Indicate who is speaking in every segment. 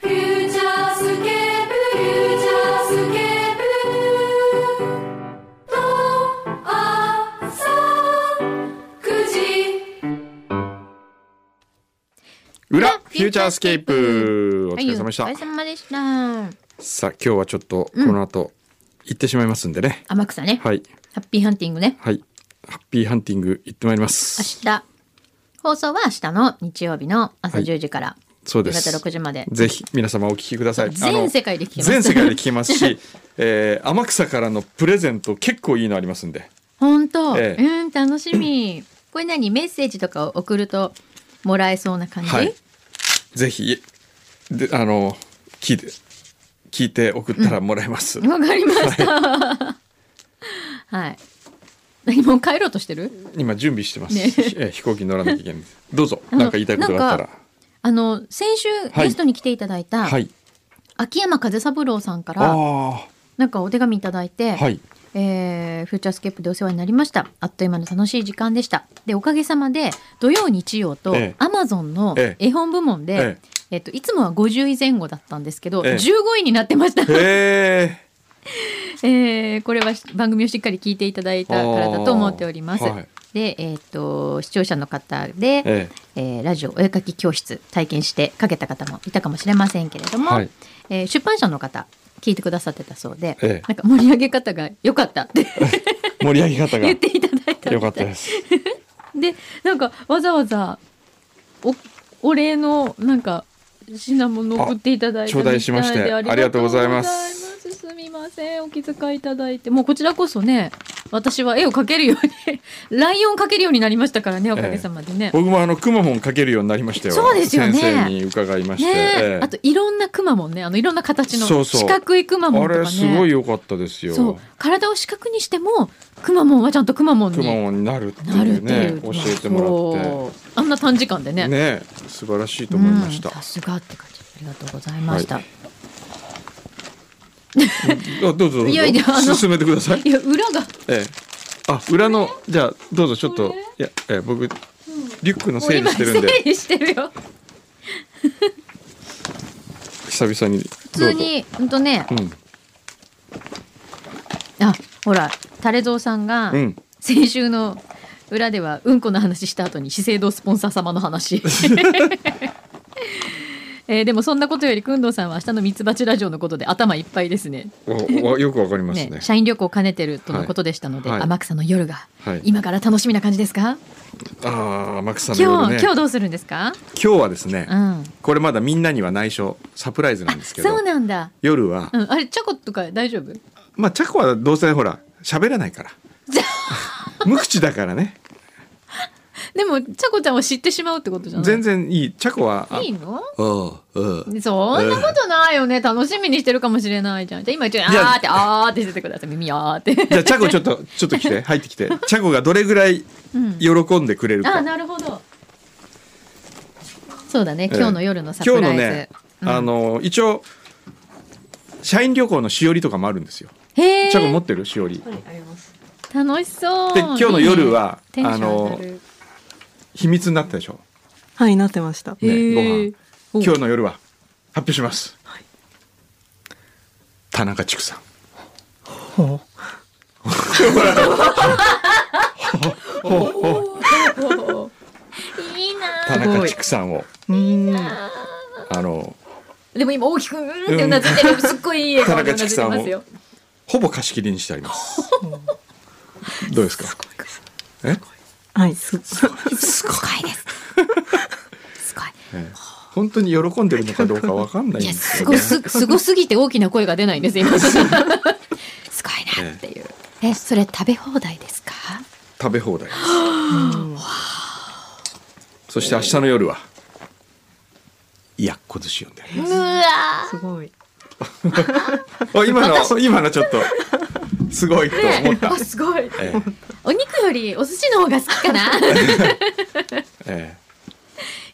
Speaker 1: フューチャースケープフューチャースケープと朝9時
Speaker 2: 裏フューチャースケープお疲れ様でした、
Speaker 3: はいお疲れ様でした。
Speaker 2: さあ今日はちょっとこの後、行ってしまいますんでね
Speaker 3: 天草ね。
Speaker 2: はい
Speaker 3: ハッピーハンティングね。
Speaker 2: はいハッピーハンティング行ってまいりま
Speaker 3: 明
Speaker 2: す
Speaker 3: 日。放送は明日の日曜日の朝
Speaker 2: はい
Speaker 3: 10時から
Speaker 2: そう
Speaker 3: 夕
Speaker 2: です
Speaker 3: 方6時まで。
Speaker 2: ぜひ皆様お聞きください
Speaker 3: そう
Speaker 2: あの
Speaker 3: 全世界で聞けます
Speaker 2: 全世界で聞けます し、えー、天草からのプレゼント結構いいのありますんで
Speaker 3: 本当、
Speaker 2: ええ
Speaker 3: うん楽しみ。 これ何メッセージとかを送るともらえそうな感じ？
Speaker 2: はいぜひであの聞いて聞いて送ったらもらえます、
Speaker 3: わかりました。はい。何もう帰ろうとしてる？
Speaker 2: 今準備してます、
Speaker 3: ね
Speaker 2: えー飛行機乗らなきゃいけないんですどうぞ何か言いたいことがあった
Speaker 3: なんからあの先週
Speaker 2: い
Speaker 3: ゲストに来ていただいた
Speaker 2: はい
Speaker 3: 秋山風三郎さんから
Speaker 2: あ
Speaker 3: なんかお手紙いただいて、
Speaker 2: あはい
Speaker 3: えーフューチャースケープでお世話になりましたあっという間の楽しい時間でしたでおかげさまで土曜日曜と
Speaker 2: ええ
Speaker 3: アマゾンの
Speaker 2: ええ
Speaker 3: 絵本部門で、
Speaker 2: え
Speaker 3: えっと、いつもは50位前後だったんですけど、
Speaker 2: ええ
Speaker 3: 15位になってました、
Speaker 2: ええ
Speaker 3: えーこれは番組をしっかり聞いていただいたからだと思っております、
Speaker 2: あーはい
Speaker 3: で、えっと視聴者の方で、え
Speaker 2: え
Speaker 3: ーラジオお絵描き教室体験してかけた方もいたかもしれませんけれど
Speaker 2: え
Speaker 3: も、
Speaker 2: はい
Speaker 3: えー出版社の方聞いてくださってたそうで、
Speaker 2: ええ
Speaker 3: なんか盛り上げ方が良かったって
Speaker 2: 盛り上げ方が
Speaker 3: 言っていただいたみたい
Speaker 2: 良かったです。
Speaker 3: でなんかわざわざおお礼のなんか品物送っていただいた
Speaker 2: あ頂戴しまして
Speaker 3: みたいで
Speaker 2: ありがとうございます
Speaker 3: ありがとうございますすみませんお気遣いいただいてもうこちらこそね私は絵を描けるように ライオン描けるようになりましたからねおかげさまでね、
Speaker 2: 僕もあのくまモン書けるようになりましたよ。
Speaker 3: そうですよね
Speaker 2: 先生に伺いまして、
Speaker 3: ねえ
Speaker 2: ええ
Speaker 3: あといろんなくまモンねあのいろんな形の
Speaker 2: そうそう
Speaker 3: 四角いくまモン
Speaker 2: あ
Speaker 3: とかね
Speaker 2: れすごい良かったですよ。
Speaker 3: そう体を四角にしてもくまモンはちゃんとくまモン
Speaker 2: くま
Speaker 3: に
Speaker 2: モンになるって
Speaker 3: なる
Speaker 2: い
Speaker 3: っ
Speaker 2: う
Speaker 3: てい
Speaker 2: ね教
Speaker 3: う
Speaker 2: えてもらっ
Speaker 3: そうあんな短時間で
Speaker 2: て
Speaker 3: ね
Speaker 2: ねえ素晴らしいと思いました。
Speaker 3: うんさすがって感じありがとうございました、
Speaker 2: はいあどうぞどうぞ
Speaker 3: いやいやあの
Speaker 2: 進めてください。
Speaker 3: い、や裏が
Speaker 2: ええ、あ裏のじゃあどうぞちょっといや、ええ、僕リュックの
Speaker 3: もう
Speaker 2: 整理
Speaker 3: 今
Speaker 2: してるん
Speaker 3: 整
Speaker 2: で
Speaker 3: 理してるよ
Speaker 2: 久々にどうぞ
Speaker 3: 普通にほんとね
Speaker 2: うん
Speaker 3: あほらタレゾウさんが
Speaker 2: うん
Speaker 3: 先週の裏ではうんこの話した後に資生堂スポンサー様 の話えーでもそんなことよりくんどうさんは明日のミツバチラジオのことで頭いっぱいですね
Speaker 2: おおよくわかります
Speaker 3: ね
Speaker 2: ね。
Speaker 3: 社員旅行を兼ねてるとのことでしたので、
Speaker 2: はいはい
Speaker 3: 天草の夜が
Speaker 2: はい
Speaker 3: 今から楽しみな感じですか、
Speaker 2: ああマクさんの
Speaker 3: 今
Speaker 2: 夜
Speaker 3: 日、
Speaker 2: ね
Speaker 3: 今日どうするんですか、
Speaker 2: 今日はですね、
Speaker 3: うん、
Speaker 2: これまだみんなには内緒サプライズなんですけど
Speaker 3: そうなんだ、
Speaker 2: 夜は、
Speaker 3: うん、あれチョコとか大丈夫
Speaker 2: まあチャコはどうせほら喋らないから 無口だからね
Speaker 3: でもちゃこちゃんは知ってしまうってことじゃない
Speaker 2: 全然いいチャコはあ
Speaker 3: いいの
Speaker 2: うんうん
Speaker 3: そんなことないよね楽しみにしてるかもしれないじゃんじゃあ今ちょっと
Speaker 2: じゃあ
Speaker 3: あーってあーってしててください耳あーって
Speaker 2: じゃあチャコちょっ とちょっと来て入ってきてチャコがどれぐらい
Speaker 3: うん
Speaker 2: 喜んでくれる
Speaker 3: あ
Speaker 2: か、
Speaker 3: ーなるほどそうだね
Speaker 2: ええ
Speaker 3: 今日の夜のサプラ
Speaker 2: 今日
Speaker 3: イズ、
Speaker 2: のね、あの一応社員旅行のしおりとかもあるんですよ、
Speaker 3: へえ
Speaker 2: チャコ持ってるしおり
Speaker 3: 楽しそう
Speaker 2: で今日の夜は
Speaker 3: テンション上が
Speaker 2: あ
Speaker 3: る
Speaker 2: 秘密になったでしょ
Speaker 4: はい、なってました。
Speaker 2: ね
Speaker 3: へー
Speaker 2: ご飯今日の夜は発表します、田中畜さん
Speaker 3: いいな
Speaker 2: 田中畜さんを
Speaker 4: うん、
Speaker 2: あの
Speaker 3: でも今大きくうーんってうなずいてるすっごいいい笑顔でうなずいてますよ
Speaker 2: ほぼ貸し切りにしてあります。どうですか。え、
Speaker 4: はい、す、
Speaker 3: すごいですすごい
Speaker 2: ええ本当に喜んでるのかどうかわかんないんで
Speaker 3: いや
Speaker 2: す
Speaker 3: す
Speaker 2: よ、ね
Speaker 3: ご。すすごすぎて大きな声が出ないんです今すごいなっていうえそれ食べ放題ですか
Speaker 2: 食べ放題です。そして明日の夜は。
Speaker 5: やっこ寿司をね。
Speaker 3: う わ
Speaker 4: すごい。
Speaker 2: あ今の今のちょっとすごいと
Speaker 3: ー
Speaker 2: 思
Speaker 3: ね
Speaker 2: っ た、
Speaker 3: あすごい
Speaker 2: ええ
Speaker 3: お肉よりお寿司の方が好きかな
Speaker 2: え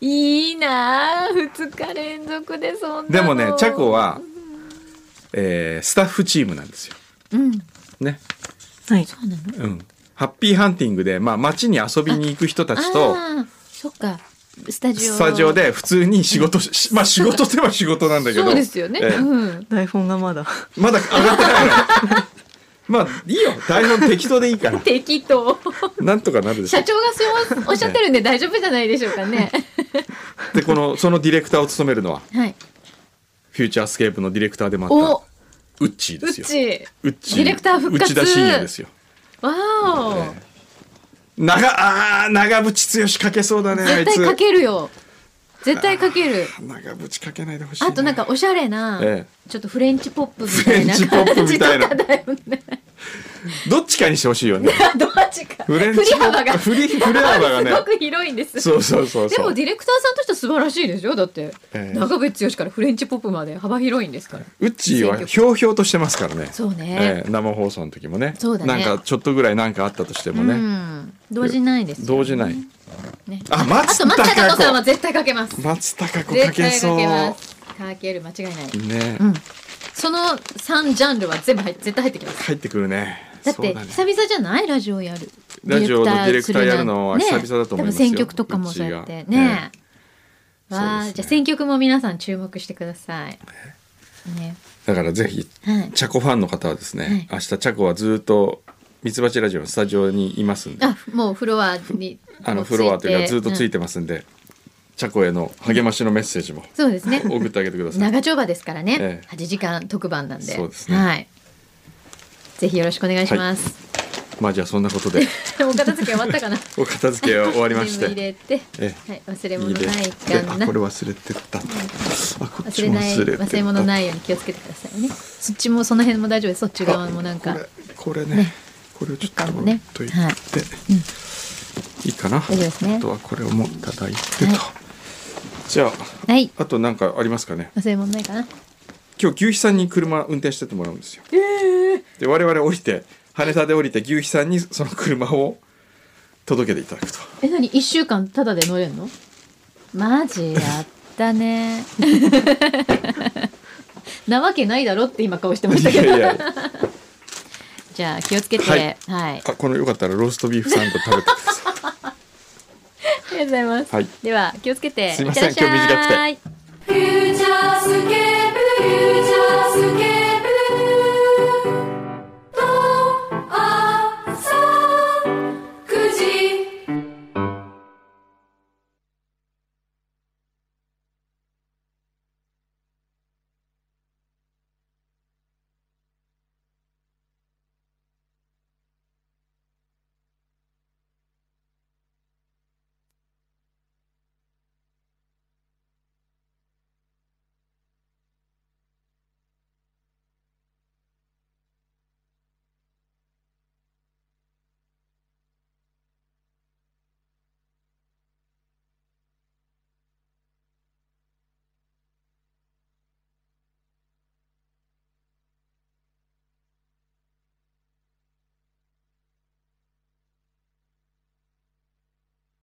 Speaker 3: いいなあ2日連続でそんな
Speaker 2: え
Speaker 3: の
Speaker 2: でもねチャコは、えースタッフチームなんですよ
Speaker 3: うんそ
Speaker 2: ね
Speaker 4: はい。
Speaker 3: うなの
Speaker 2: うんハッピーハンティングで、まあ、街に遊びに行く人たちと
Speaker 3: あーそっかスタジオ
Speaker 2: スタジオで普通に仕事し しまあ仕事といえば仕事なんだけど
Speaker 3: そうですよね、
Speaker 2: ええ
Speaker 3: うん
Speaker 4: 台本がまだ。
Speaker 2: まだ上がってないの まあいいよ台本適当でいいから
Speaker 3: 適 当
Speaker 2: なんとかなるでしょ
Speaker 3: 社長がそうおっしゃってるんで大丈夫じゃないでしょう かね
Speaker 2: でこのそのディレクターを務めるのは
Speaker 3: はい
Speaker 2: フューチャースケープのディレクターでもあっ
Speaker 3: お
Speaker 2: たウッチーで
Speaker 3: う
Speaker 2: すよ
Speaker 3: ち
Speaker 2: ウッチ
Speaker 3: ディレクター復活
Speaker 2: 内田信也ですよ
Speaker 3: わお、
Speaker 2: え長あー長渕剛かけそうだねあい
Speaker 3: 絶
Speaker 2: つ
Speaker 3: 対かけるよ絶対かける
Speaker 2: 長渕かけないでほしい、ね、
Speaker 3: あとなんかおしゃれな、
Speaker 2: え
Speaker 3: ちょっとフレンチポップみたいな
Speaker 2: フレンチポップ
Speaker 3: 感
Speaker 2: み
Speaker 3: じと
Speaker 2: たいな
Speaker 3: かだよね
Speaker 2: どっちかにしてほしいよね
Speaker 3: どっちか
Speaker 2: フレン
Speaker 3: 振り
Speaker 2: チ
Speaker 3: 幅が
Speaker 2: 振り振り幅がね
Speaker 3: すごく広いんです
Speaker 2: そうそうそう
Speaker 3: で
Speaker 2: そ
Speaker 3: も
Speaker 2: う
Speaker 3: ディレクターさんとしては素晴らしいでしょだって、
Speaker 2: ええ
Speaker 3: 長渕剛からフレンチポップまで幅広いんですから
Speaker 2: ウッチーはひょうひょうとしてますからね
Speaker 3: そうね、
Speaker 2: ええ生放送の時もね
Speaker 3: そうだね
Speaker 2: なんかちょっとぐらいなんかあったとしても
Speaker 3: う
Speaker 2: ね、
Speaker 3: ん動じないですよ
Speaker 2: 動じない、
Speaker 3: ね
Speaker 2: あ
Speaker 3: あと
Speaker 2: 松
Speaker 3: 松
Speaker 2: た
Speaker 3: たか
Speaker 2: か
Speaker 3: 子さんは
Speaker 2: 子
Speaker 3: 絶対かけます
Speaker 2: 松たか子か
Speaker 3: 絶
Speaker 2: け
Speaker 3: 対
Speaker 2: そ
Speaker 3: か
Speaker 2: う
Speaker 3: けま
Speaker 2: ね
Speaker 3: すかける間違いないその3ジャンルは全部入っ絶対入ってきます
Speaker 2: 入ってくるね
Speaker 3: だっ
Speaker 2: そう
Speaker 3: て
Speaker 2: ね
Speaker 3: 久々じゃないラジオやる
Speaker 2: ラジオのディレクター
Speaker 3: す
Speaker 2: やるのは
Speaker 3: ね
Speaker 2: 久々だと思いますよ
Speaker 3: 多分選曲とかもそうやって
Speaker 2: うちが
Speaker 3: ね
Speaker 2: え
Speaker 3: わ
Speaker 2: そうですね
Speaker 3: あじゃあ選曲も皆さん注目してくださいね
Speaker 2: だからぜひ
Speaker 3: はい
Speaker 2: チャコファンの方はですね、
Speaker 3: は
Speaker 2: 明
Speaker 3: い
Speaker 2: 日チャコはずっとミツバチラジオのスタジオにいますんであ
Speaker 3: あもうフロアに
Speaker 2: のフロアというかずっとつい
Speaker 3: て
Speaker 2: てますんで、チャコへの励ましのメッセージも
Speaker 3: うんそうです ね
Speaker 2: 送ってあげてください
Speaker 3: 長丁場ですからね、
Speaker 2: ええ
Speaker 3: 8時間特番なんで
Speaker 2: そうですね
Speaker 3: はい、ぜひよろしくお願いします、
Speaker 2: まあじゃあそんなこと で
Speaker 3: お片付け終わったかな
Speaker 2: お片付けを終わりまし
Speaker 3: 全部入
Speaker 2: て
Speaker 3: れて、
Speaker 2: え
Speaker 3: はい、忘れ
Speaker 2: え
Speaker 3: 物
Speaker 2: いいで
Speaker 3: ない
Speaker 2: で
Speaker 3: か
Speaker 2: あ
Speaker 3: な
Speaker 2: これ忘れてったあこっ
Speaker 3: 忘
Speaker 2: ち
Speaker 3: れ
Speaker 2: も
Speaker 3: ない
Speaker 2: 忘れてた
Speaker 3: 忘れ物ないように気をつけてくださいねそっちもその辺も大丈夫ですそっち側もなんか
Speaker 2: これこれねこれをちょっと
Speaker 3: も
Speaker 2: 置い
Speaker 3: ね
Speaker 2: といて、
Speaker 3: はい
Speaker 2: い、いかな
Speaker 3: 大丈夫ですね
Speaker 2: あとはこれをもいただいてと、
Speaker 3: はい
Speaker 2: じゃあ
Speaker 3: はい
Speaker 2: あとなんかありますかね
Speaker 3: 忘れ物ないかな
Speaker 2: 今日牛肥さんに車運転してってもらうんですよ、で我々降りて羽田で降りて牛肥さんにその車を届けていただくと
Speaker 3: え何一週間タダで乗れるのマジやっ たねなわけないだろって今顔してました
Speaker 2: い
Speaker 3: けど
Speaker 2: やいや
Speaker 3: じゃあ気をつけて
Speaker 2: は
Speaker 3: はいい、
Speaker 2: あこのよかったらローストビーフサンド食べてください
Speaker 3: ありがとうございます、
Speaker 2: はい
Speaker 3: では気をつけて
Speaker 2: すいません今日短くて
Speaker 3: いってらっしゃい